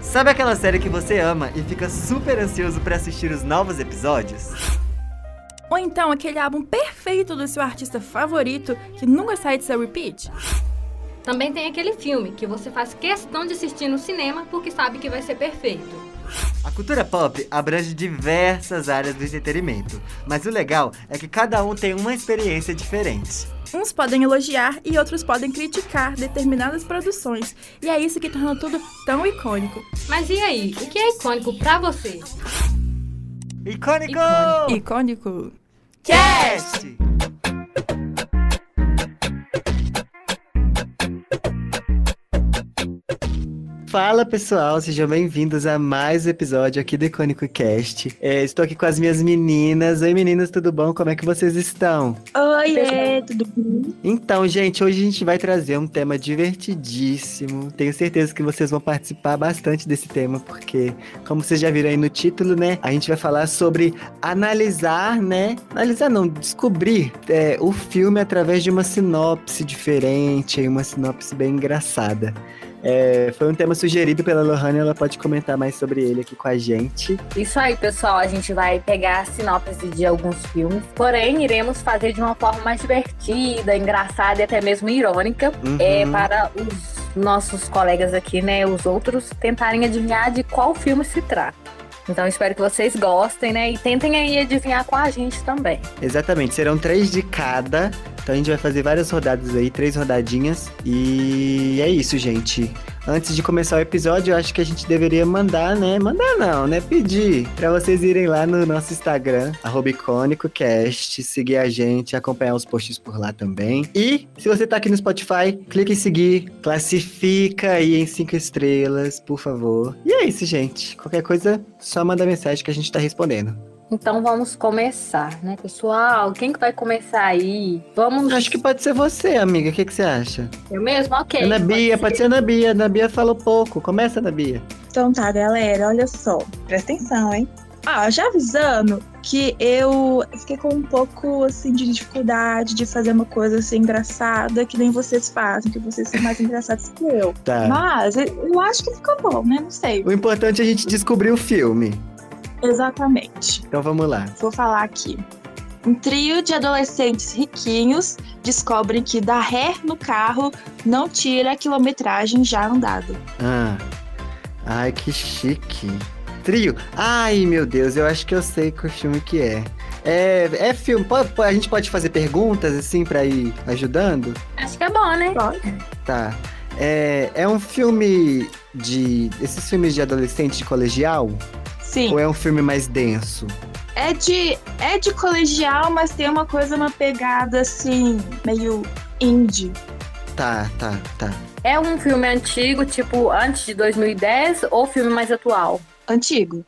Sabe aquela série que você ama e fica super ansioso para assistir os novos episódios? Ou então aquele álbum perfeito do seu artista favorito que nunca sai de seu repeat? Também tem aquele filme que você faz questão de assistir no cinema porque sabe que vai ser perfeito. A cultura pop abrange diversas áreas do entretenimento, mas o legal é que cada um tem uma experiência diferente. Uns podem elogiar e outros podem criticar determinadas produções, e é isso que torna tudo tão icônico. Mas e aí, o que é icônico pra você? Icônico! Icônico. Cast! Fala pessoal, sejam bem-vindos a mais um episódio aqui do Icônico Cast. É, estou aqui com as minhas meninas. Oi meninas, tudo bom? Como é que vocês estão? Oiê, tudo bem? Então, gente, hoje a gente vai trazer um tema divertidíssimo. Tenho certeza que vocês vão participar bastante desse tema, porque, como vocês já viram aí no título, né? A gente vai falar sobre analisar, né? Analisar não, descobrir é, o filme através de uma sinopse diferente, uma sinopse bem engraçada. É, foi um tema sugerido pela Lohane, ela pode comentar mais sobre ele aqui com a gente. Isso aí, pessoal. A gente vai pegar a sinopse de alguns filmes, porém, iremos fazer de uma forma mais divertida, engraçada e até mesmo irônica Uhum. é, para os nossos colegas aqui, né? Os outros, tentarem adivinhar de qual filme se trata. Então, espero que vocês gostem, né? E tentem aí adivinhar com a gente também. Exatamente, serão três de cada. Então a gente vai fazer várias rodadas aí, três rodadinhas. E é isso, gente. Antes de começar o episódio, eu acho que a gente deveria mandar, né? Mandar não, né? Pedir pra vocês irem lá no nosso Instagram, arroba iconicocast, seguir a gente, acompanhar os posts por lá também. E se você tá aqui no Spotify, clica em seguir, classifica aí em cinco estrelas, por favor. E é isso, gente. Qualquer coisa, só manda mensagem que a gente tá respondendo. Então, vamos começar, né, pessoal? Quem que vai começar aí? Vamos. Acho que pode ser você, amiga. O que que você acha? Eu mesmo? Ok. É, Ana pode Bia, pode ser Ana Bia. Ana Bia falou pouco. Começa, Ana Bia. Então tá, galera, olha só. Presta atenção, hein? Ah, já avisando que eu fiquei com um pouco, assim, de dificuldade de fazer uma coisa, assim, engraçada, que nem vocês fazem, que vocês são mais engraçados que eu. Tá. Mas eu acho que ficou bom, né? Não sei. O importante é a gente descobrir o filme. Exatamente. Então vamos lá. Vou falar aqui. Um trio de adolescentes riquinhos descobrem que dar ré no carro não tira a quilometragem já andada. Ah. Ai, que chique. Trio. Ai, meu Deus, eu acho que eu sei que filme que é. É, é filme. po- po- a gente pode fazer perguntas assim pra ir ajudando? Acho que é bom, né? Tá. É, é um filme de. Esses filmes de adolescente de colegial? Sim. Ou é um filme mais denso? É de, é de colegial, mas tem uma coisa, uma pegada assim, meio indie. Tá, tá, tá. É um filme antigo, tipo antes de 2010, ou filme mais atual? Antigo.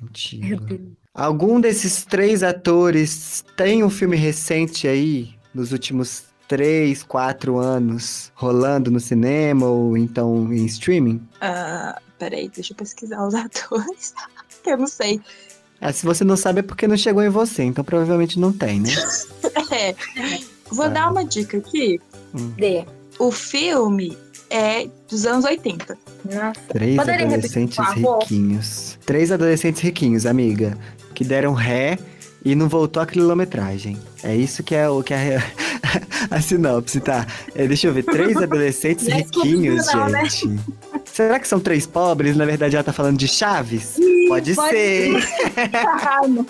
Antigo. Algum desses três atores tem um filme recente aí, nos últimos três, quatro anos, rolando no cinema ou então em streaming? Ah, peraí, deixa eu pesquisar os atores. que eu não sei. Ah, se você não sabe é porque não chegou em você, então provavelmente não tem, né? É. Vou Tá. dar uma dica aqui. Hum. D. O filme é dos anos 80. Nossa. Três Poderia adolescentes repetir, por favor? riquinhos. Três adolescentes riquinhos, amiga, que deram ré e não voltou a quilometragem. É isso que é o que é a, a sinopse, tá? É, deixa eu ver. Três adolescentes Não é riquinhos, desculpa, não, né? gente. Será que são três pobres? Na verdade, ela tá falando de chaves? pode, pode ser. Ah, não.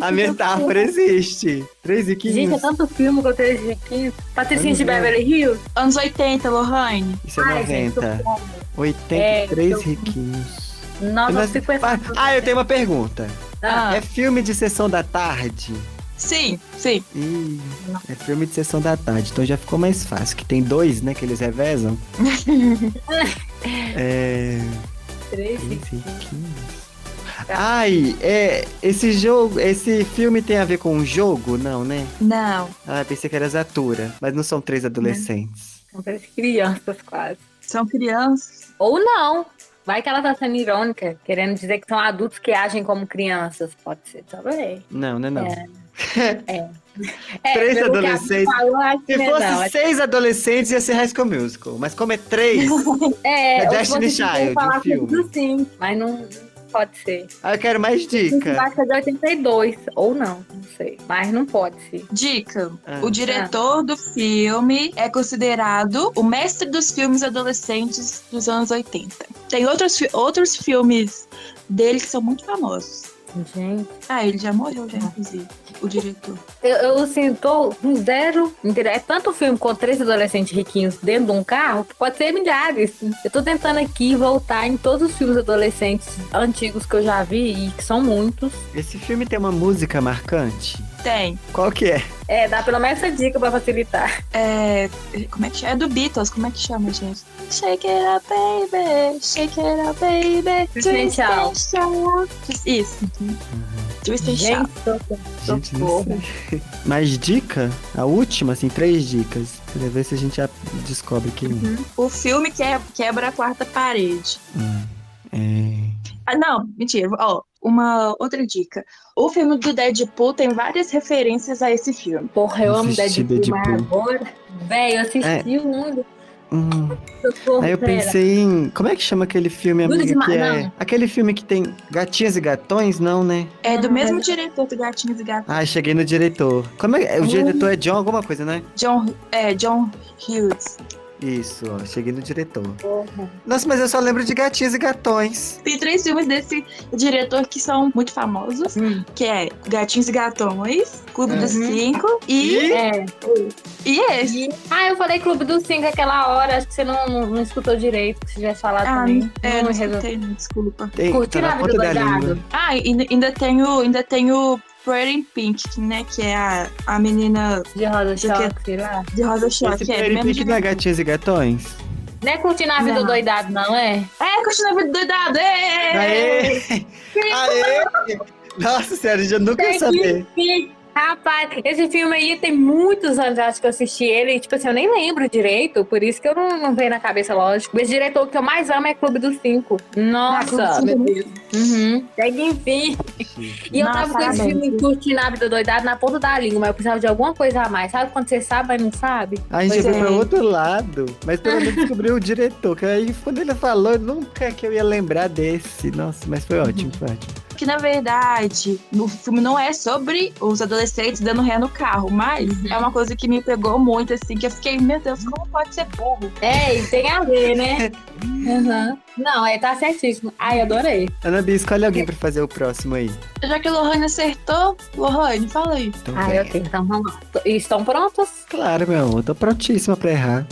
A metáfora existe. Três Gente, riquinhos. é tanto filme que eu tenho aqui. Patricinha de Pois é. Beverly Hills. Anos 80, Lohane. Isso é Ai, gente, 90. tô com- É, 83 eu- riquinhos. Nossa, Mas- eu fico pensando. Ah, eu tenho uma pergunta. Ah, É filme de sessão da tarde? Sim, sim. Ih, é filme de sessão da tarde, então já ficou mais fácil. Que tem dois, né, que eles revezam. é. Três, três riquinhos. Ai, é. Esse jogo. Esse filme tem a ver com um jogo? Não, né? Não. Ah, pensei que era Zatura, mas não são três adolescentes. são três crianças quase. São crianças. Ou não. Vai que ela tá sendo irônica, querendo dizer que são adultos que agem como crianças. Pode ser também. Não, né, não. É. É, é Três pelo que a Bia adolescentes. falou, acho que Se não é fosse não. seis adolescentes, ia ser High School Musical. Mas como é três, É, é eu Destiny fosse tentar Child, falar um filme. tudo Sim, mas não não pode ser. aí eu quero mais dica. Vai fazer 82, ou não, não sei. Mas não pode ser. Dica: Ah. o diretor do filme é considerado o mestre dos filmes adolescentes dos anos 80. Tem outros, fi- outros filmes dele que são muito famosos. Gente. Ah, ele já morreu, já, inclusive, o diretor. Eu, eu assim, tô um zero. entendeu? É tanto filme com três adolescentes riquinhos dentro de um carro que pode ser milhares. Eu tô tentando aqui voltar em todos os filmes adolescentes antigos que eu já vi, e que são muitos. Esse filme tem uma música marcante? Tem. Qual que é? É, dá pelo menos essa dica pra facilitar. É, como é que chama? É do Beatles, como é que chama, gente? Shake it up, baby. Shake it up, baby. Twist and shout. shout. Isso. Twist and shout. Gente, socorro. Mais dica? A última, assim, três dicas. Pra ver se a gente já descobre quem é. O filme que- é, quebra a quarta parede. Hum. É. Ah, não, mentira. Ó, uma outra dica. O filme do Deadpool tem várias referências a esse filme. Porra, eu amo Assisti Deadpool, mas Deadpool. agora. Véi, eu assisti o mundo. Hum. Socorro, Aí eu pera. pensei em. Como é que chama aquele filme, Duro amiga? de Ma- que é... não. Aquele filme que tem gatinhas e gatões, não, né? É do Ah, mesmo mas- diretor do Gatinhos e Gatos, Ah, cheguei no diretor. Como é... O Hum. diretor é John alguma coisa, né? John, é, John Hughes. Isso, ó. Cheguei no diretor. Porra. Nossa, mas eu só lembro de gatinhas e gatões. Tem três filmes desse diretor que são muito famosos, Hum. que é Gatinhos e Gatões, Clube dos Uhum. Cinco e, É. e esse. Ah, eu falei Clube dos Cinco aquela hora, acho que você não, não escutou direito, que você tivesse falado Ah, também. É, não não resolveu. escutei, não, desculpa. Tem, tá Curtiram na a vida ponta da língua. doidado? Ah, e ainda- ainda tem o, ainda tem o Pretty in Pink, né, que é a, a menina De rosa Você quer- choque, sei lá. de Rosa Choque. Esse é, do mesmo peripique não é gatinhas e gatões? Não é curtindo a vida Não. doidado, não, é? É, continua muito doidado. É. Aê! Aê! Nossa senhora, eu já nunca ia Tem saber. Sim. Rapaz, esse filme aí tem muitos anos acho que eu assisti ele, e, tipo assim, eu nem lembro direito, por isso que eu não, não veio na cabeça, lógico. Esse diretor que eu mais amo é Clube dos Cinco. Nossa, Ah, Clube dos meu Deus. Uhum. Segue em fim. E eu tava com Nossa, esse amei. filme curtindo a vida doidado na ponta da língua, mas eu precisava de alguma coisa a mais. Sabe quando você sabe, mas não sabe? A gente Pois foi é. pra outro lado, mas pelo menos descobriu o diretor. Que aí quando ele falou, nunca que eu ia lembrar desse. Nossa, mas foi ótimo, foi ótimo. Que na verdade, o filme não é sobre os adolescentes dando ré no carro, mas Uhum. é uma coisa que me pegou muito, assim, que eu fiquei, meu Deus, como pode ser burro? É, e tem a ver, né? Uhum. Não, é, tá certíssimo. Ai, adorei. Ana Bia, escolhe alguém pra fazer o próximo aí. Já que o Lohane acertou, Lohane, fala aí. Então, Ai, vai. ok, então vamos lá. T- Estão prontos? Claro, meu amor, eu tô prontíssima pra errar.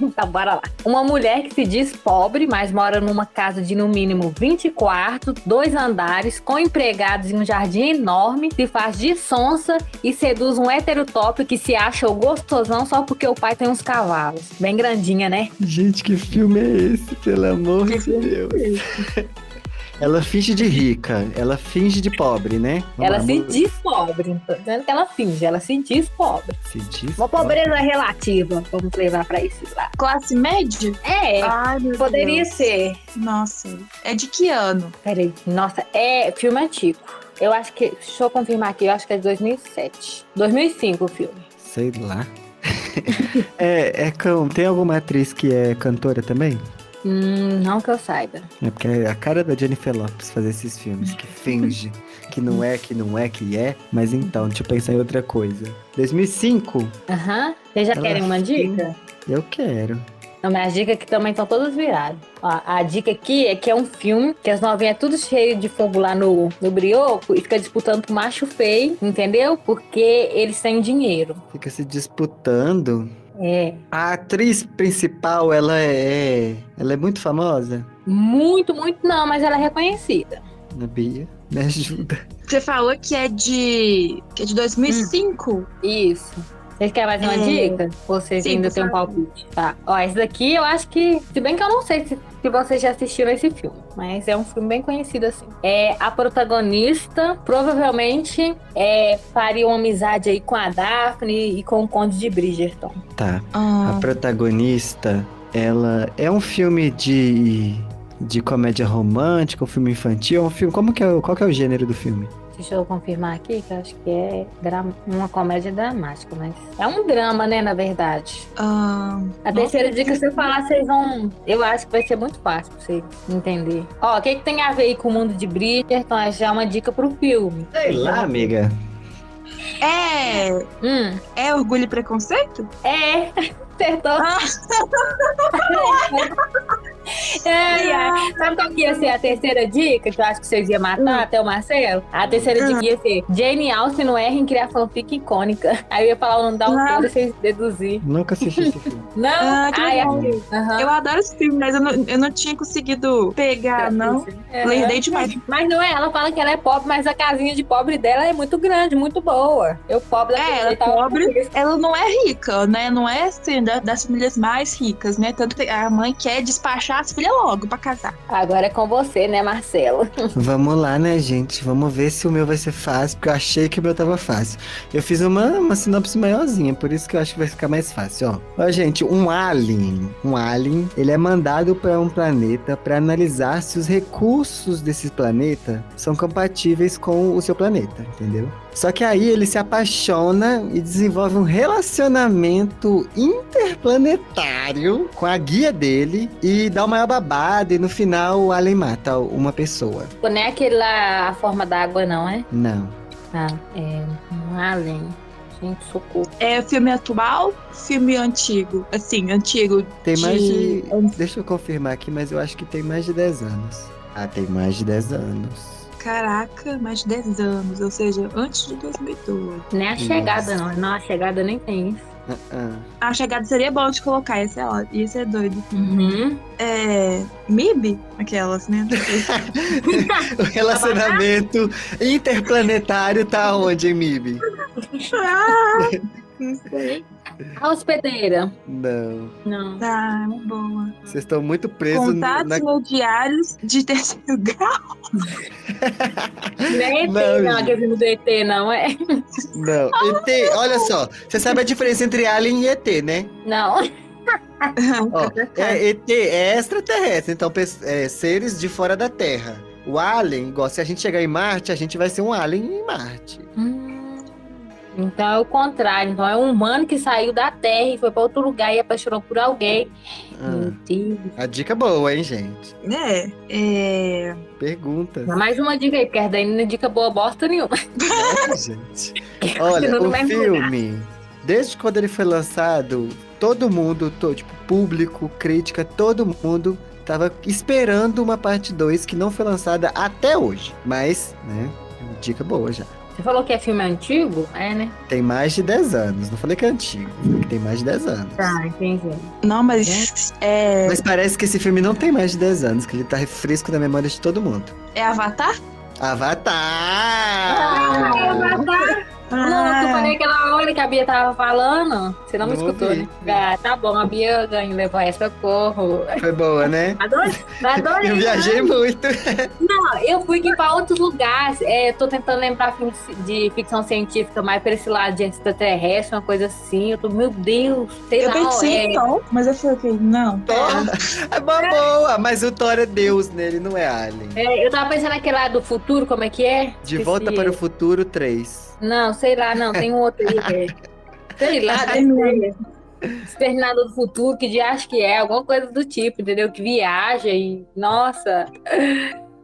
Então, bora lá. Uma mulher que se diz pobre, mas mora numa casa de no mínimo 20 quartos, dois andares, com empregados e um jardim enorme, se faz de sonsa e seduz um heterotópio que se acha o gostosão só porque o pai tem uns cavalos. Bem grandinha, né? Gente, que filme é esse, pelo amor Que de filme Deus? Ela finge de rica, ela finge de pobre, né? Vamos Ela lá, se amor, diz pobre, não tô dizendo que ela finge, ela se diz pobre. se diz. Uma pobreza relativa, vamos levar pra esse lado. Classe média? É, Ai, meu poderia Deus. ser. Nossa, é de que ano? Peraí, nossa, é filme antigo. Eu acho que, deixa eu confirmar aqui, eu acho que é de 2007. 2005 o filme. Sei lá. é, é cão. Tem alguma atriz que é cantora também? Hum, não que eu saiba. É porque é a cara da Jennifer Lopes fazer esses filmes que finge que não é, que não é, que é. Mas então, deixa eu pensar em outra coisa. 2005? Aham, vocês já Ela querem uma finge- dica? Eu quero. Não, mas as dicas aqui também estão todas viradas. Ó, a dica aqui é que é um filme que as novinhas é tudo cheio de fogo lá no, no brioco e fica disputando com o macho feio, entendeu? Porque eles têm dinheiro. Fica se disputando. É, A atriz principal, ela é. Ela é muito famosa? Muito, muito não, mas ela é reconhecida. Na Bia? Me ajuda. Você falou que é de. que é de 2005? Isso. Vocês querem mais uma É. dica? Ou vocês Sim, ainda por têm um favor. palpite? Tá. Ó, esse daqui eu acho que. Se bem que eu não sei se, se vocês já assistiram esse filme, mas é um filme bem conhecido assim. É, a protagonista provavelmente é, faria uma amizade aí com a Daphne e com o Conde de Bridgerton. Tá. A Hum. Ah, protagonista, ela é um filme de. De comédia romântica, um filme infantil, é um filme. Como que é? o- Qual que é o gênero do filme? Deixa eu confirmar aqui, que eu acho que é dram- uma comédia dramática, mas. É um drama, né, na verdade. Ah, A terceira dica, se eu falar, vocês vão. Eu acho que vai ser muito fácil pra vocês entender. Ó, o que, que tem a ver aí com o mundo de Bridgerton? É já uma dica pro filme. Sei lá, amiga. é, Hum. é orgulho e preconceito? É. Acertou. Ah. Ai, ai. É, Sabe qual que ia ser a terceira dica que eu acho que vocês iam matar Hum. até o Marcelo? A terceira dica ia ser Jane Austen não erra em criar fanfic icônica. Aí eu ia falar o nome da autora e vocês deduzir. Nunca assisti esse filme. Não? Ah, que ai, legal. assim. Aham. Eu adoro esse filme, mas eu não, eu não tinha conseguido pegar, Ah, não. É. Lerdei demais. Mas não é, ela fala que ela é pobre, mas a casinha de pobre dela é muito grande, muito boa. Eu pobre daquele É, ela é jeito, tava- pobre. Ela não é rica, né? Não é assim, da- das famílias mais ricas, né? Tanto que a mãe quer despachar as filhas logo pra casar. Agora é com você, né, Marcelo? Vamos lá, né, gente? Vamos ver se o meu vai ser fácil, porque eu achei que o meu tava fácil. Eu fiz uma, uma sinopse maiorzinha, por isso que eu acho que vai ficar mais fácil, ó. Ó, gente, um alien, um alien, ele é mandado para um planeta para analisar se os recursos desse planeta são compatíveis com o seu planeta, entendeu? Só que aí ele se apaixona e desenvolve um relacionamento interplanetário com a guia dele e dá o maior babado e no final o alien mata uma pessoa. Não é aquele lá, a forma d'água, não, é? Não. Ah, é um alien. Gente, socorro. É filme atual, filme antigo. Assim, antigo. Tem de- mais de. Deixa eu confirmar aqui, mas eu acho que tem mais de 10 anos. Ah, tem mais de 10 anos. Caraca, mais de 10 anos, ou seja, antes de 2012. Não é a Nossa. chegada, não. Não, a chegada nem tem isso. Ah, ah. A chegada seria bom de colocar, ia ser, ó- ia ser doido. Uhum. É. MIB? Aquelas, né? O relacionamento interplanetário tá onde, hein, Mib? ah, não sei. A hospedeira. Não. Não. Tá, é uma boa. Vocês estão muito presos no- Contatos na. diários de terceiro grau. Não é ET, Não, não, gente. aquele filme do ET, não é? Não. ET, olha só. Você sabe a diferença entre alien e ET, né? Não. Ó, é, ET é extraterrestre, então pes- é, seres de fora da Terra. O alien, igual se a gente chegar em Marte, a gente vai ser um alien em Marte. Hum, Então é o contrário. Então é um humano que saiu da Terra e foi pra outro lugar e apaixonou por alguém. Meu Ah, Deus. a dica boa, hein, gente? Né? É. Pergunta. Dá Mais uma dica aí, porque essa daí não é dica boa bosta nenhuma. É, gente. Olha, Não o vai filme, desde quando ele foi lançado, todo mundo, to- tipo, público, crítica, todo mundo tava esperando uma parte 2 que não foi lançada até hoje. Mas, né, é uma dica boa já. Você falou que é filme antigo? É, né? Tem mais de 10 anos. Não falei que é antigo, falei que tem mais de 10 anos. Tá, entendi. Não, mas é, Mas parece que esse filme não tem mais de 10 anos, que ele tá fresco na memória de todo mundo. é Avatar? Avatar! Ah, é Não, Ah. eu falei aquela hora que a Bia tava falando. Você não me Não escutou, ouvi. né? Ah, tá bom, a Bia ganhou, levou essa socorro. Foi boa, né? Adorei, adorei. Eu viajei muito. Não, eu fui que pra outros lugares. É, tô tentando lembrar filme de ficção científica, mais pra esse lado de extraterrestre, uma coisa assim. Eu tô, meu Deus, sei Eu lá. pensei é, em Thor, mas eu falei, não. Thor é uma boa, mas o Thor é Deus nele, não é Alien. é, eu tava pensando naquele lá do futuro, como é que é? De Esqueci. Volta para o Futuro 3. Não, sei lá, não, tem um outro aí. é. Sei lá, deve Exterminador. ser Exterminador do Futuro, que de acho que é, alguma coisa do tipo, entendeu? Que viaja e. Nossa!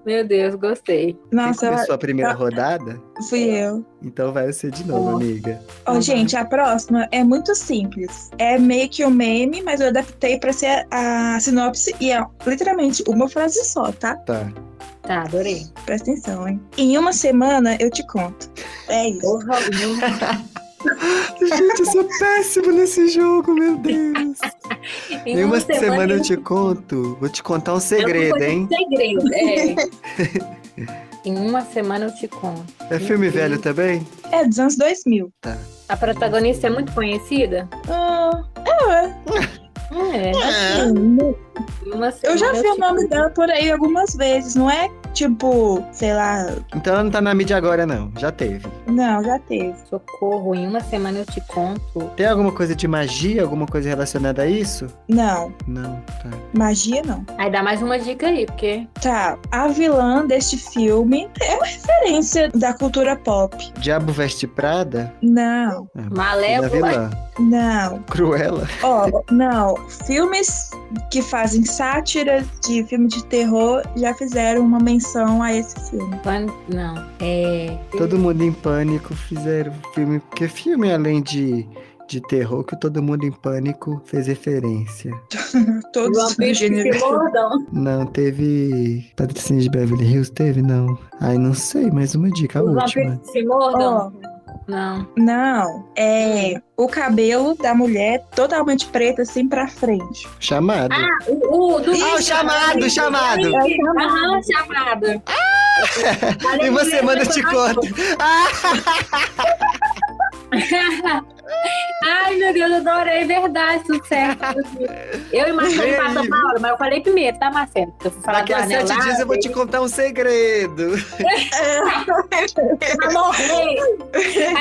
Meu Deus, gostei. Quem Nossa, começou a primeira eu- rodada? fui eu. Então vai ser de novo, Nossa. amiga. Ó, Uhum. gente, a próxima é muito simples. É meio que um meme, mas eu adaptei pra ser a sinopse e é literalmente uma frase só, tá? Tá. Tá, adorei. Presta atenção, hein? Em uma semana eu te conto. É isso. Porra, viu? Gente, eu sou péssimo nesse jogo, meu Deus. um Em Em uma semana, eu eu- te conto. Vou te contar um segredo, hein? Segredo, é. em uma semana eu te conto. É filme velho também? É dos anos 2000. A protagonista é muito conhecida? Ah, é, É. é. É. Hum, Em uma Eu já semana vi o te nome conto. dela por aí algumas vezes, não é? Tipo, sei lá. Então ela não tá na mídia agora, não. Já teve. Não, já teve. Socorro, em uma semana eu te conto. Tem alguma coisa de magia, alguma coisa relacionada a isso? Não, Não, tá. magia não. Aí dá mais uma dica aí, porque Tá, a vilã deste filme é uma referência da cultura pop. Diabo veste Prada? Não, Ela é malévola. vilã. não. Cruela? Ó, não, filmes que fazem sátiras de filme de terror já fizeram uma menção a esse filme. Pan- Não, é. Todo mundo em pânico fizeram filme. Porque filme, além de, de terror, que todo mundo em pânico fez referência. Todos os Vampiro gêneros. que mordam. Não, teve. Patricinha de Beverly Hills teve? Não. Ai, não sei, mais uma dica, É a Os última. vampiros que se mordam? Ó, Não. não, é o cabelo da mulher totalmente preto assim pra frente. Chamado. O, o do Ah, o chamado, o chamado. Aham, É chamado. Ah! e você manda te conta. Ah, Ai, meu Deus, adorei, é verdade, sucesso. Eu e Marcelo Ei. passamos na hora, mas eu falei primeiro, tá, Marcelo? Porque eu fui falar daqui a do anel sete lá, dias eu vou te contar um segredo. Amorei!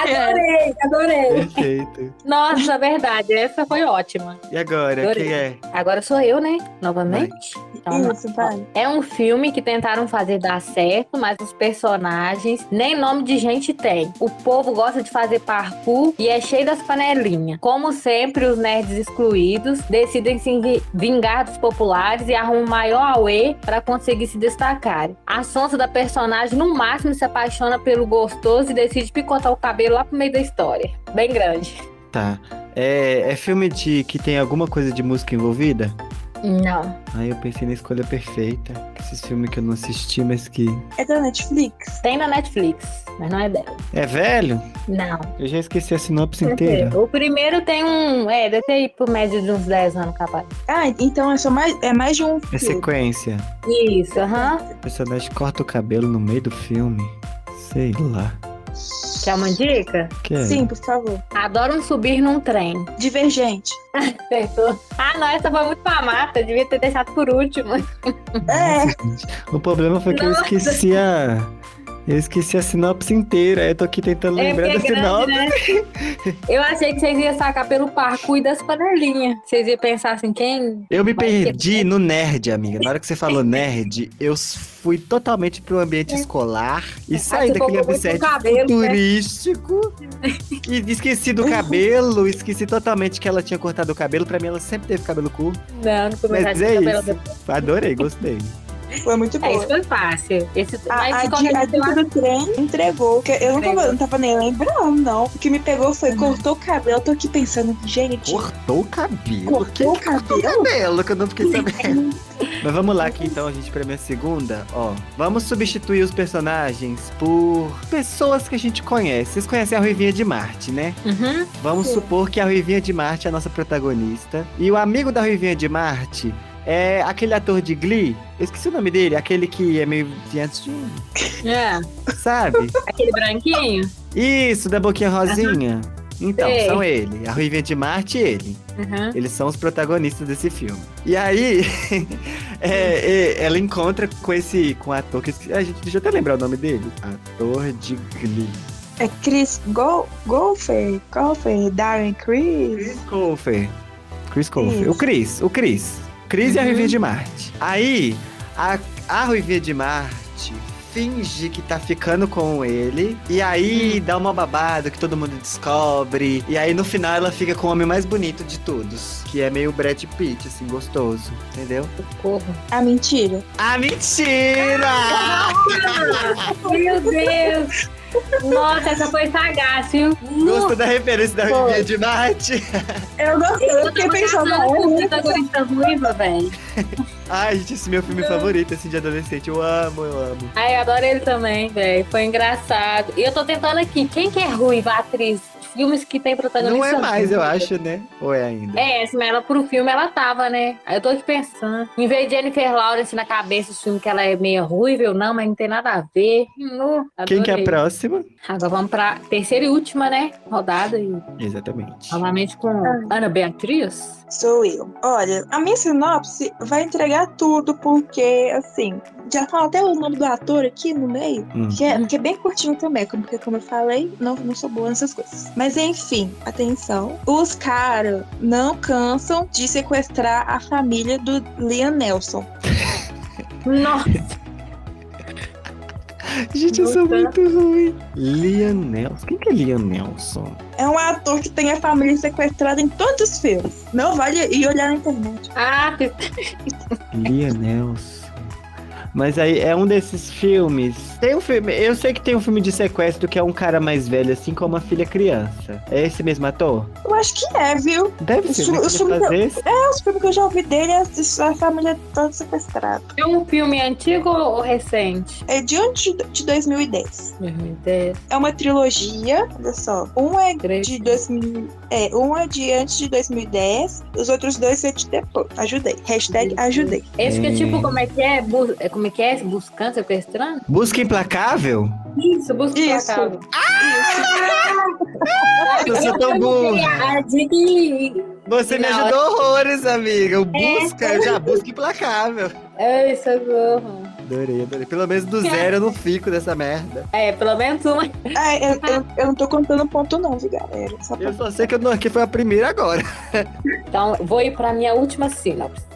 Adorei, adorei. Perfeito. Nossa, verdade, essa foi ótima. E agora, Adorei. quem é? Agora sou eu, né? Novamente. Então, Isso, tá. vai. É um filme que tentaram fazer dar certo, mas os personagens nem nome de gente tem. O povo gosta de fazer parkour e é cheio das panelinhas. Como sempre, os nerds excluídos decidem se vi- vingar dos populares e arrumam o maior auê para conseguir se destacar. A sonsa da personagem, no máximo, se apaixona pelo gostoso e decide picotar o cabelo lá pro meio da história. Bem grande. Tá. É, é filme de que tem alguma coisa de música envolvida? Não. Aí eu pensei na escolha perfeita. Esses filmes que eu não assisti, mas que. É da Netflix. Tem na Netflix, mas não é dela. É velho? Não. Eu já esqueci a sinopse É inteira. O primeiro tem um. É, deve ter ido por média de uns 10 anos, capaz. Ah, então é só mais, é mais de um É filme. sequência. Isso, aham. O personagem corta o cabelo no meio do filme. Sei lá. Quer é uma dica? Que é? Sim, por favor. Adoram subir num trem. Divergente. Acertou. Ah, não, essa foi muito pra mata. Devia ter deixado por último. É, O problema foi que eu Nossa. esqueci a. Eu esqueci a sinopse inteira. Aí Eu tô aqui tentando lembrar da porque é grande, sinopse. né? Eu achei que vocês iam sacar pelo parkour e das panelinhas. Vocês iam pensar assim, quem? Eu me Vai que- perdi no nerd, amiga. Na hora que você falou nerd, eu fui totalmente pro É. ambiente escolar e saí você daquele focou Ah, tipo, muito ambiente no cabelo, né? turístico. E esqueci do cabelo, esqueci totalmente que ela tinha cortado o cabelo. Pra mim, ela sempre teve cabelo curto. Não, não começar Mas é isso. Adorei, gostei. foi muito É, bom. isso foi fácil. Esse, A, mas Ah, a, de di- qualquer a jeito, eu dica do trem entregou. que eu não tava, Entregou. não tava nem lembrando, não. O que me pegou foi cortou o cabelo. Eu tô aqui pensando, gente, Cortou o cabelo? cortou o Cortou o cabelo? cabelo, que eu não fiquei sabendo. Mas vamos lá aqui então, gente, pra minha segunda. Ó, vamos substituir os personagens por pessoas que a gente conhece. Vocês conhecem a Ruivinha de Marte, né? Uhum. Vamos supor que a Ruivinha de Marte é a nossa protagonista. E o amigo da Ruivinha de Marte é aquele ator de Glee. Eu esqueci o nome dele, aquele que é meio viadinho, É, sabe? aquele branquinho. Isso, da boquinha rosinha. Então, Sei. são ele. A Ruivinha de Marte e ele. Uhum. Eles são os protagonistas desse filme. E aí, é, é, ela encontra com esse com o ator que. eu esqueci- A gente deixa eu até lembrar o nome dele. Ator de Glee. É Chris Go Golfer, Golfer, Darren Chris. Chris Colfer. Chris Colfer. O Chris, o Chris. Chris e a Uhum. Ruivinha de Marte. Aí, a, a Ruivinha de Marte finge que tá ficando com ele. E aí, dá uma babada que todo mundo descobre. E aí, no final, ela fica com o homem mais bonito de todos. Que é meio Brad Pitt, assim, gostoso. Entendeu? Socorro. Ah, mentira. Ah, mentira! Meu Deus. Nossa, essa foi sagaz, viu? Gostou da referência da Foi. Ruivinha de Marte? Eu gostei, eu fiquei pensando, com olha, protagonista ruiva, velho. Ai, gente, esse é meu filme favorito, assim, de adolescente. Eu amo, eu amo. Ai, eu adoro ele também, velho. Foi engraçado. E eu tô tentando aqui. Quem que é ruiva, atriz de filmes que tem protagonista. Não é mais, eu lésbica. acho, né? Ou é ainda? É, assim, mas ela pro filme ela tava, né? Aí eu tô aqui pensando. Em vez de Jennifer Lawrence na cabeça, o filme que ela é meio ruiva, eu não, mas não tem nada a ver. Nu, Quem que é a adorei. próxima? Agora vamos pra terceira e última, né? Rodada e Exatamente. novamente com Ah. Ana Beatriz. Sou eu. Olha, a minha sinopse vai entregar tudo, porque, assim, já falo até o nome do ator aqui no meio, Hum. que é, que é bem curtinho também, como- porque, como eu falei, não, não sou boa nessas coisas. Mas, enfim, atenção. Os caras não cansam de sequestrar a família do Liam Nelson. Nossa, Gente, eu sou Nossa. muito ruim. Liam Nelson. Quem que é Liam Nelson? É um ator que tem a família sequestrada em todos os filmes. Não vale ir olhar na internet. ah, Liam Nelson. Mas aí é um desses filmes. Tem um filme. Eu sei que tem um filme de sequestro que é um cara mais velho, assim, com uma filha criança. É esse mesmo ator? Eu acho que é, viu? Deve Eu ser. sou- né, eu que sou ele muito- faz esse. É, os filmes que eu já ouvi dele é a família toda sequestrada. é um filme antigo ou recente? É de antes de- de 2010. 2010, É uma trilogia, olha só. Um é de 2000, é, um é de antes de 2010, os outros dois é de depois. Ajudei. Hashtag ajudei. Esse que é Hum. tipo, como é que é? Bu- é, Como é que é? Buscando, sequestrando? Busca Implacável? Isso, busca Isso. implacável. Eu sou tão tá burro. A dica e- Você me Não, ajudou horrores, amiga. Eu busca, eu já busco implacável. Ai, socorro. Adorei, adorei. Pelo menos do zero eu não fico dessa merda. É, pelo menos uma. Ah, eu, eu, Uhum. eu não tô contando ponto não, viu, galera? É Só pra... Eu só sei que eu não aqui foi a primeira agora. Então, vou ir pra minha última sinopse.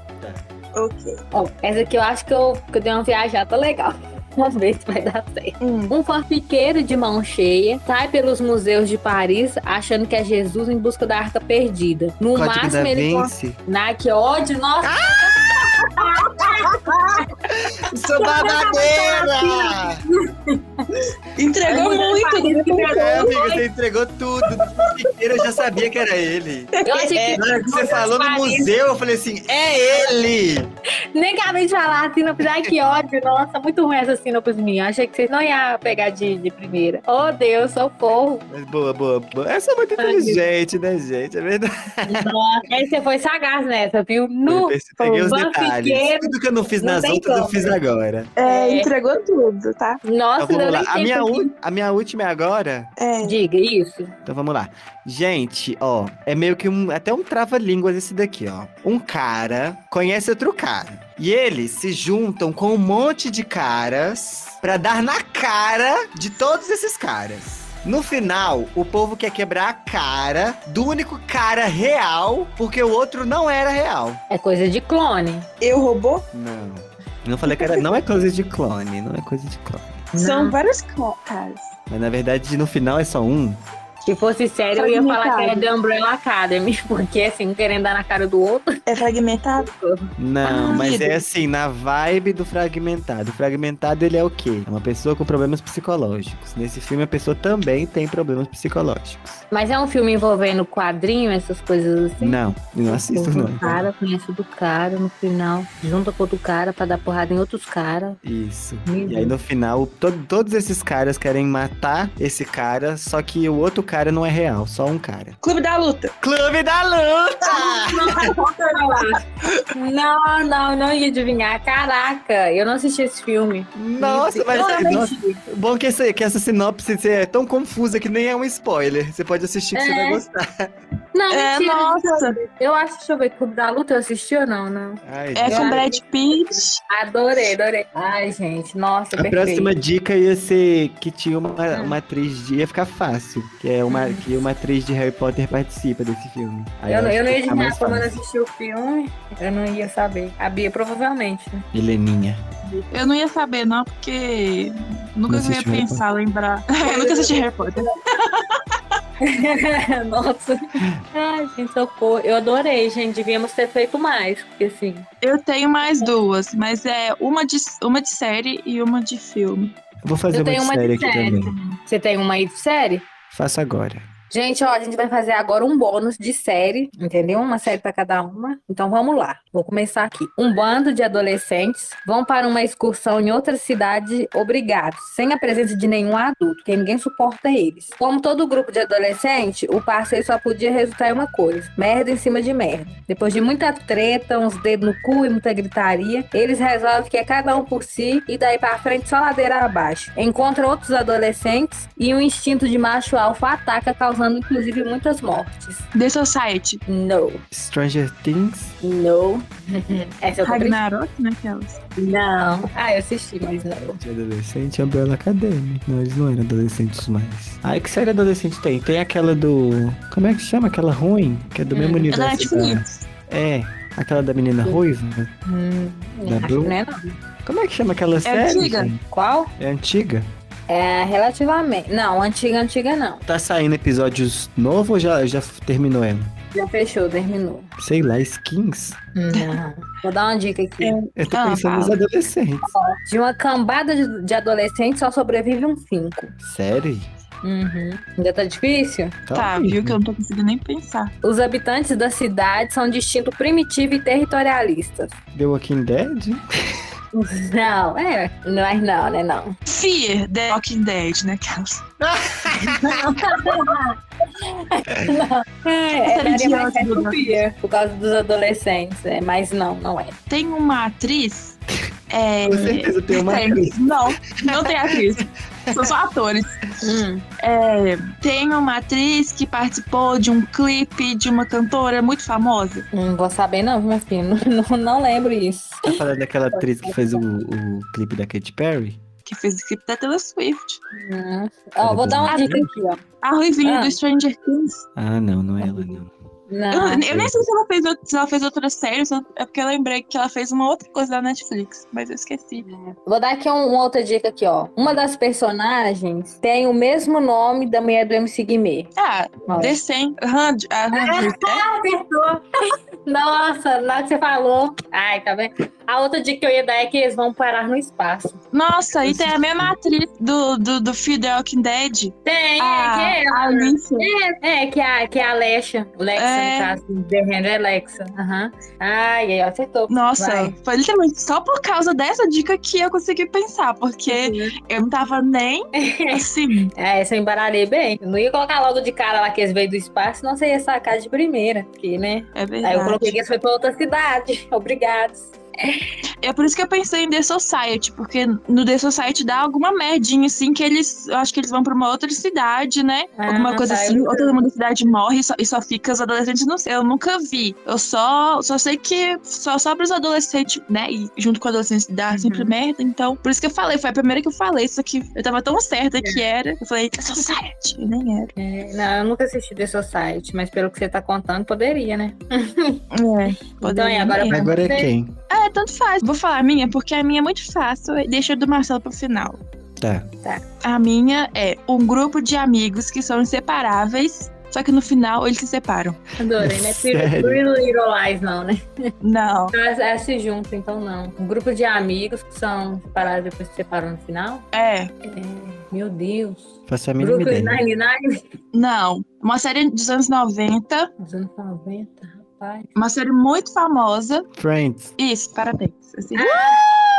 Ok. Ó, essa aqui eu acho que eu, que eu dei uma viajada legal. Vamos ver se vai dar certo. Hum. Um fanfiqueiro de mão cheia sai pelos museus de Paris achando que é Jesus em busca da arca perdida. No Código da máximo ele. con- Vinci. Na, que ódio! Nossa, Sou babadeira! Entregou Ai, muito, né? É, amiga, você entregou tudo. Inteiro eu já sabia que era ele. eu achei que. Na hora que você Deus, falou no Paris. museu, eu falei assim: é ele! Nem acabei de falar a sinopse. Ai, que ódio. Nossa, muito ruim essa sinopse minha. Achei que vocês não iam pegar de, de primeira. Oh, Deus, socorro. Mas boa, boa, boa. Essa é muito Ai, inteligente, né, gente? É verdade. Nossa, aí você foi sagaz nessa, viu? No Eu peguei os detalhes. fanfiqueiro. Tudo que eu não fiz não nas tem outras, eu como. fiz agora. É, entregou tudo, tá? Nossa, Então vamos eu nem lá. A sei minha, por que- ú- a minha última é agora. É. Diga isso. Então vamos lá. Gente, ó, é meio que um, até um trava-línguas esse daqui, ó. Um cara conhece outro cara. E eles se juntam com um monte de caras pra dar na cara de todos esses caras. No final, o povo quer quebrar a cara do único cara real, porque o outro não era real. É coisa de clone. Eu roubou? Não. Não falei que era. Não é coisa de clone, não é coisa de clone. São vários co- caras. Mas na verdade, no final é só um. Se fosse sério, eu ia falar que era The Umbrella Academy, porque assim, um querendo dar na cara do outro. É fragmentado? Não, Ah, mas é Deus. assim, na vibe do fragmentado. O fragmentado, ele é o quê? É uma pessoa com problemas psicológicos. Nesse filme, a pessoa também tem problemas psicológicos. Mas é um filme envolvendo quadrinho, essas coisas assim. Não, eu não assisto, Envolve não. um cara, conhece do cara, no final, junta com outro cara pra dar porrada em outros caras. Isso. Meu E aí, no final, to- todos esses caras querem matar esse cara, só que o outro cara não é real, só um cara. Clube da Luta. Clube da Luta! Não, não, não ia adivinhar. Caraca, eu não assisti esse filme. Nossa, mas... Eu não Nossa, assisti. bom que essa, que essa sinopse é tão confusa que nem é um spoiler. Você pode assistir que você É. vai gostar. Não, É, mentira. nossa. Eu acho, deixa eu ver, Clube da Luta, eu assisti ou não? Não. Ai, É gente. com Brad Pitt. Adorei, adorei. Ai, gente, nossa, A perfeito. Ah. próxima dica ia ser que tinha uma, uma atriz de. ia ficar fácil, que é uma, que uma atriz de Harry Potter participa desse filme. Aí Uhum. Eu, não- acho eu não que ia fica mais adivinhar quando eu fácil. assisti o filme, eu não ia saber. A Bia, provavelmente. né? Heleninha. Eu não ia saber, não, porque nunca Não que eu ia assistiu Harry pensar, lembrar. eu nunca assisti Harry Potter. Nossa. Ai, gente, socorro. Eu adorei, gente. Devíamos ter feito mais, porque assim. Eu tenho mais duas, mas é uma de, uma de série e uma de filme. Eu Vou fazer Eu uma tenho de uma de série aqui série também. Você tem uma aí de série? Faço agora. Gente, ó, a gente vai fazer agora um bônus de série, entendeu? Uma série pra cada uma. Então vamos lá. Vou começar aqui. Um bando de adolescentes vão para uma excursão em outra cidade obrigados, sem a presença de nenhum adulto, porque ninguém suporta eles. Como todo grupo de adolescente, o passeio só podia resultar em uma coisa: merda em cima de merda. Depois de muita treta, uns dedos no cu e muita gritaria, eles resolvem que é cada um por si e daí pra frente só ladeira abaixo. Encontra outros adolescentes e o instinto de macho alfa ataca, causando inclusive muitas mortes. The Society. No, Stranger Things. no. Essa eu comprei. Ragnarok, né? Aquelas. Não. Ah, eu assisti, mas não. De adolescente, Umbrella Academy. Não, eles não eram adolescentes mais. Ai, que série adolescente tem? Tem aquela do. Como é que chama? Aquela ruim? Que é do mesmo É da universo. da- Netflix. É, aquela da menina ruiva. Hum, Da acho que Blue? não é não. Como é que chama aquela série? antiga. gente? Qual? É antiga? É, relativamente. Não, antiga, antiga não. Tá saindo episódios novos ou já, já terminou ela? Já fechou, terminou. Sei lá, skins? Não. É. Vou dar uma dica aqui. Eu tô Ah, pensando nos fala. adolescentes. De uma cambada de, de adolescentes só sobrevive um cinco. Sério? Uhum. Ainda tá difícil? Tá, horrível. viu que eu não tô conseguindo nem pensar. Os habitantes da cidade são de instinto primitivo e territorialistas. The Walking Dead? Não, é. Não é não, né? Não. Fear, The Walking Dead, né? Aquelas. É, é Série daria mais idiota, certo né? fear, por causa dos adolescentes. É, mas não, não é. Tem uma atriz. É. Com certeza tem uma tem- atriz. Não, não tem atriz. São só atores. Hum. É, tem uma atriz que participou de um clipe de uma cantora muito famosa. Não vou saber, não, meu filho. Não, não lembro isso. Tá falando daquela atriz que fez o, o clipe da Katy Perry? que fez o clipe da Taylor Swift. Hum. Ó, vou dar uma dica aqui, ó. A Ruivinha Ah. do Stranger Things. Ah, não, não é ela, não. Eu, Não. eu nem sei se ela fez, out- se ela fez outra série, só- é porque eu lembrei que ela fez uma outra coisa da Netflix, mas eu esqueci. Vou dar aqui um- uma outra dica aqui, ó. Uma das personagens tem o mesmo nome da mulher do MC Guimê. Ah, Ó. The Same. Han- a Han- Acertou! Nossa, na hora que você falou. Ai, tá vendo? A outra dica que eu ia dar é que eles vão parar no espaço. Nossa, e tem a mesma atriz do, do, do Fear the Walking Dead. Tem, Ah, é, que a é, Alicia. é, que é a, que é a Alexa. Alexa, É. no caso. The Hand é Alexa. Aham. Ai, aí, acertou. Nossa, Vai. foi literalmente só por causa dessa dica que eu consegui pensar, porque eu não tava nem assim. É, essa eu embaralhei bem. Eu não ia colocar logo de cara lá que eles veio do espaço, senão você ia sacar de primeira. Porque, né? É Aí eu verdade. coloquei que eles foi pra outra cidade. Obrigados. É por isso que eu pensei em The Society, porque no The Society dá alguma merdinha, assim, que eles. Eu acho que eles vão pra uma outra cidade, né? Ah, alguma coisa tá, eu assim, não ou todo mundo da cidade morre e só, e só fica os adolescentes, não sei. Eu nunca vi. Eu só, só sei que só sobra os adolescentes, né? E junto com adolescentes dá Uhum. sempre merda. Então, por isso que eu falei, foi a primeira que eu falei. Isso aqui eu tava tão certa que era. Eu falei, The Society, e nem era. É, Não, eu nunca assisti The Society, mas pelo que você tá contando, poderia, né? É, Então, e agora nem era. Agora é Você- quem? É, tanto faz. Vou falar a minha, porque a minha é muito fácil. Deixa do Marcelo pro final. Tá. A minha é um grupo de amigos que são inseparáveis, só que no final eles se separam. Adorei, né? Sério? Pretty Little Lies, não, né? Não. Então, é, é se junto, então não. Um grupo de amigos que são separados depois que separam no final. É. Meu Deus. Faço a mínima Brooklyn ideia. Nine-Nine Não. Uma série dos anos 90, dos anos 90, rapaz. uma série muito famosa. Friends. Isso, parabéns. Assim. Ah!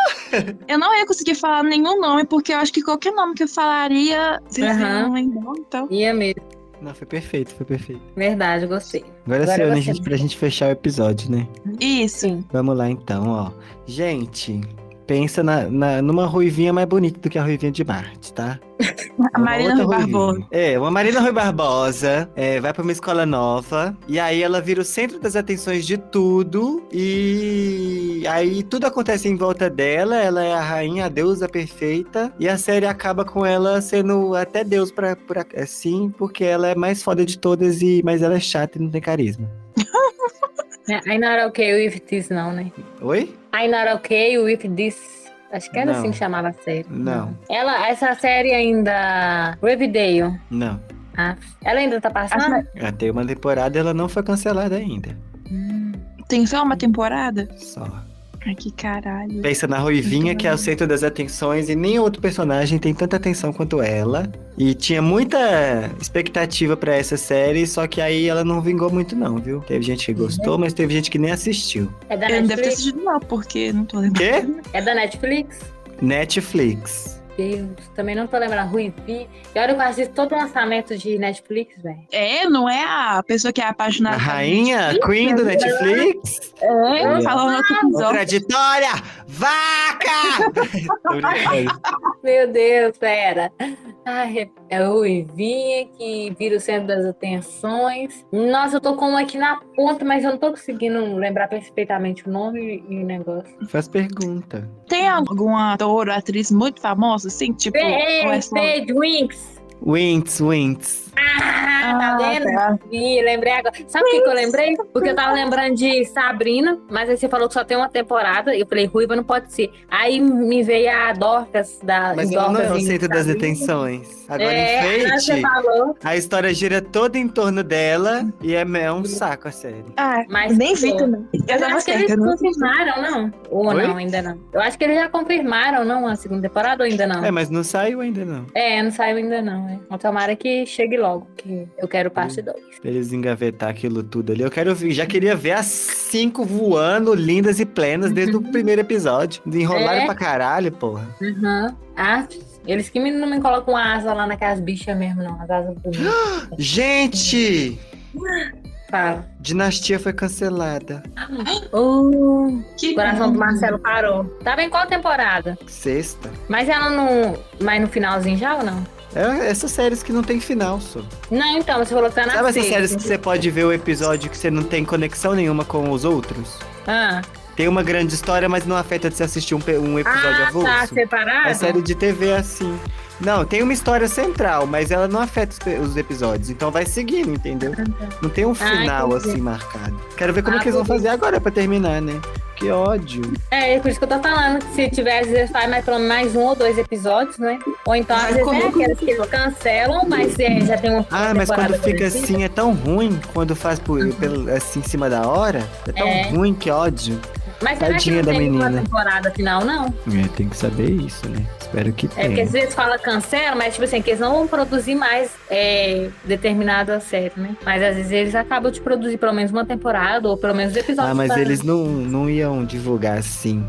Eu não ia conseguir falar nenhum nome, porque eu acho que qualquer nome que eu falaria, vocês Aham. iam lembrar, então. Ia é mesmo. Não, foi perfeito, foi perfeito. Verdade, gostei. Agora, é Agora seu, né, você. gente, pra gente fechar o episódio, né? Isso. Sim. Vamos lá então, ó. Gente, pensa na, na- numa ruivinha mais bonita do que a ruivinha de Marte, tá? A Marina Rui outra ruivinha. Barbosa. É, uma Marina Rui Barbosa é, vai pra uma escola nova e aí ela vira o centro das atenções de tudo e aí tudo acontece em volta dela. Ela é a rainha, a deusa perfeita e a série acaba com ela sendo até deus pra, pra assim, porque ela é mais foda de todas e mas ela é chata e não tem carisma. Né, I not okay with this, não, né? Oi? I not okay with this. Acho que era Não. assim que chamava a série. Não. Ela, essa série ainda. Riverdale. Não. Ah, ela ainda tá passando? Ela tem uma temporada e ela não foi cancelada ainda. Hum. Tem só uma temporada? Só. Ai, que caralho. Pensa na Ruivinha, que é o centro das atenções, e nenhum outro personagem tem tanta atenção quanto ela. E tinha muita expectativa pra essa série, só que aí ela não vingou muito, não, viu? Teve gente que gostou, mas teve gente que nem assistiu. É da Eu não devo ter Netflix? assistido não, porque não tô lembrando. Quê? É da Netflix? Netflix. Deus, também não tô lembrando. Ruivinha. E olha que eu assisto todo lançamento de Netflix, velho. É, não é a pessoa que é A apaixonada. rainha, Queen do Netflix. É, falando outro episódio. Contraditória! Vaca! Tô brincando. Meu Deus, pera. Ai, é o Ivinha que vira o centro das atenções. Nossa, eu tô com um aqui na ponta, mas eu não tô conseguindo lembrar perfeitamente o nome e o negócio. Faz pergunta. Tem alguma ator ou atriz muito famosa, assim? Tipo, ou é Ei, só- Fade Winks! Winx, Winx. Ah, Ah, tá vendo? tá. Ih, lembrei agora. Sabe o que, que eu lembrei? Porque eu tava lembrando de Sabrina, mas aí você falou que só tem uma temporada. Eu falei, Ruiva não pode ser. Aí me veio a Dorcas da. Mas ela não é o Dorcas em centro das Sabrina. detenções. Agora É, em aí você Fate, falou. a história gira toda em torno dela e é é um saco a série. Ah, Mas nem vi também. Eu Eu tava acho que eles certa, eu não assisti. confirmaram, não? Ou Oi? não, ainda não. Eu acho que eles já confirmaram, não, a segunda temporada ou ainda não? É, mas não saiu ainda não. É, não saiu ainda não, é. Então, Tomara que chegue logo, que eu quero Hum. parte 2. Pra eles engavetar aquilo tudo ali. Eu quero ver, já queria ver as cinco voando, lindas e plenas, desde o primeiro episódio. Enrolaram Uhum. É. pra caralho, porra. Aham. Ah, eles que me- não me colocam asa lá naquelas bichas mesmo, não. As asas do Gente! Fala. Dinastia foi cancelada. Uh, Que o coração do Marcelo parou. Tava em qual temporada? Sexta. Mas ela não. Mas no finalzinho já ou não? É essas séries que não tem final, só. Não, então, você falou que tá na Sabe essas sexta. séries que você pode ver o episódio que você não tem conexão nenhuma com os outros? Ah, Tem uma grande história, mas não afeta de você assistir um, pe- um episódio ah tá, avulso. separado? É série de TV assim. Não, tem uma história central, mas ela não afeta os, pe- os episódios. Então vai seguindo, entendeu? Não tem um final Ah, entendi. assim marcado. Quero ver como Ah, é que eles vão vou ver. fazer agora pra terminar, né? Que ódio. É, é por isso que eu tô falando. que Se tiver, às vezes faz mais, pelo menos mais um ou dois episódidos, né? Ou então, às Mas vezes, é como- aquelas que cancelam, mas é, já tem uma Ah, mas temporada quando fica parecida. assim é tão ruim. Quando faz por, pelo- assim em cima da hora, é tão É. ruim, que ódio. Mas será que Tadinha não da tem uma menina. temporada final, não? É, tem que saber isso, né? Espero que É porque às vezes fala cancela, mas tipo assim, que eles não vão produzir mais é, determinada série, né? Mas às vezes eles acabam de produzir pelo menos uma temporada, ou pelo menos episódios. Ah, mas pra- eles não, não iam divulgar assim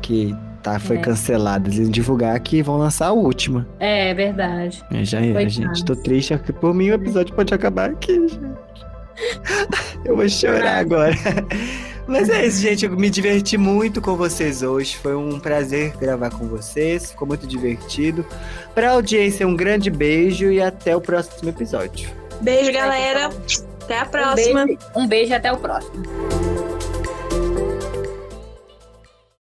que tá, foi É. cancelado. Eles iam divulgar que vão lançar a última. É, é verdade. É, já era, Coitados. gente. Tô triste. porque Por mim, o episódio pode acabar aqui, gente. Eu vou chorar agora. Mas é isso, gente. Eu me diverti muito com vocês hoje. Foi um prazer gravar com vocês. Ficou muito divertido. Pra audiência, um grande beijo e até o próximo episódio. Beijo, galera. Até a próxima. Um beijo, um beijo e até o próximo.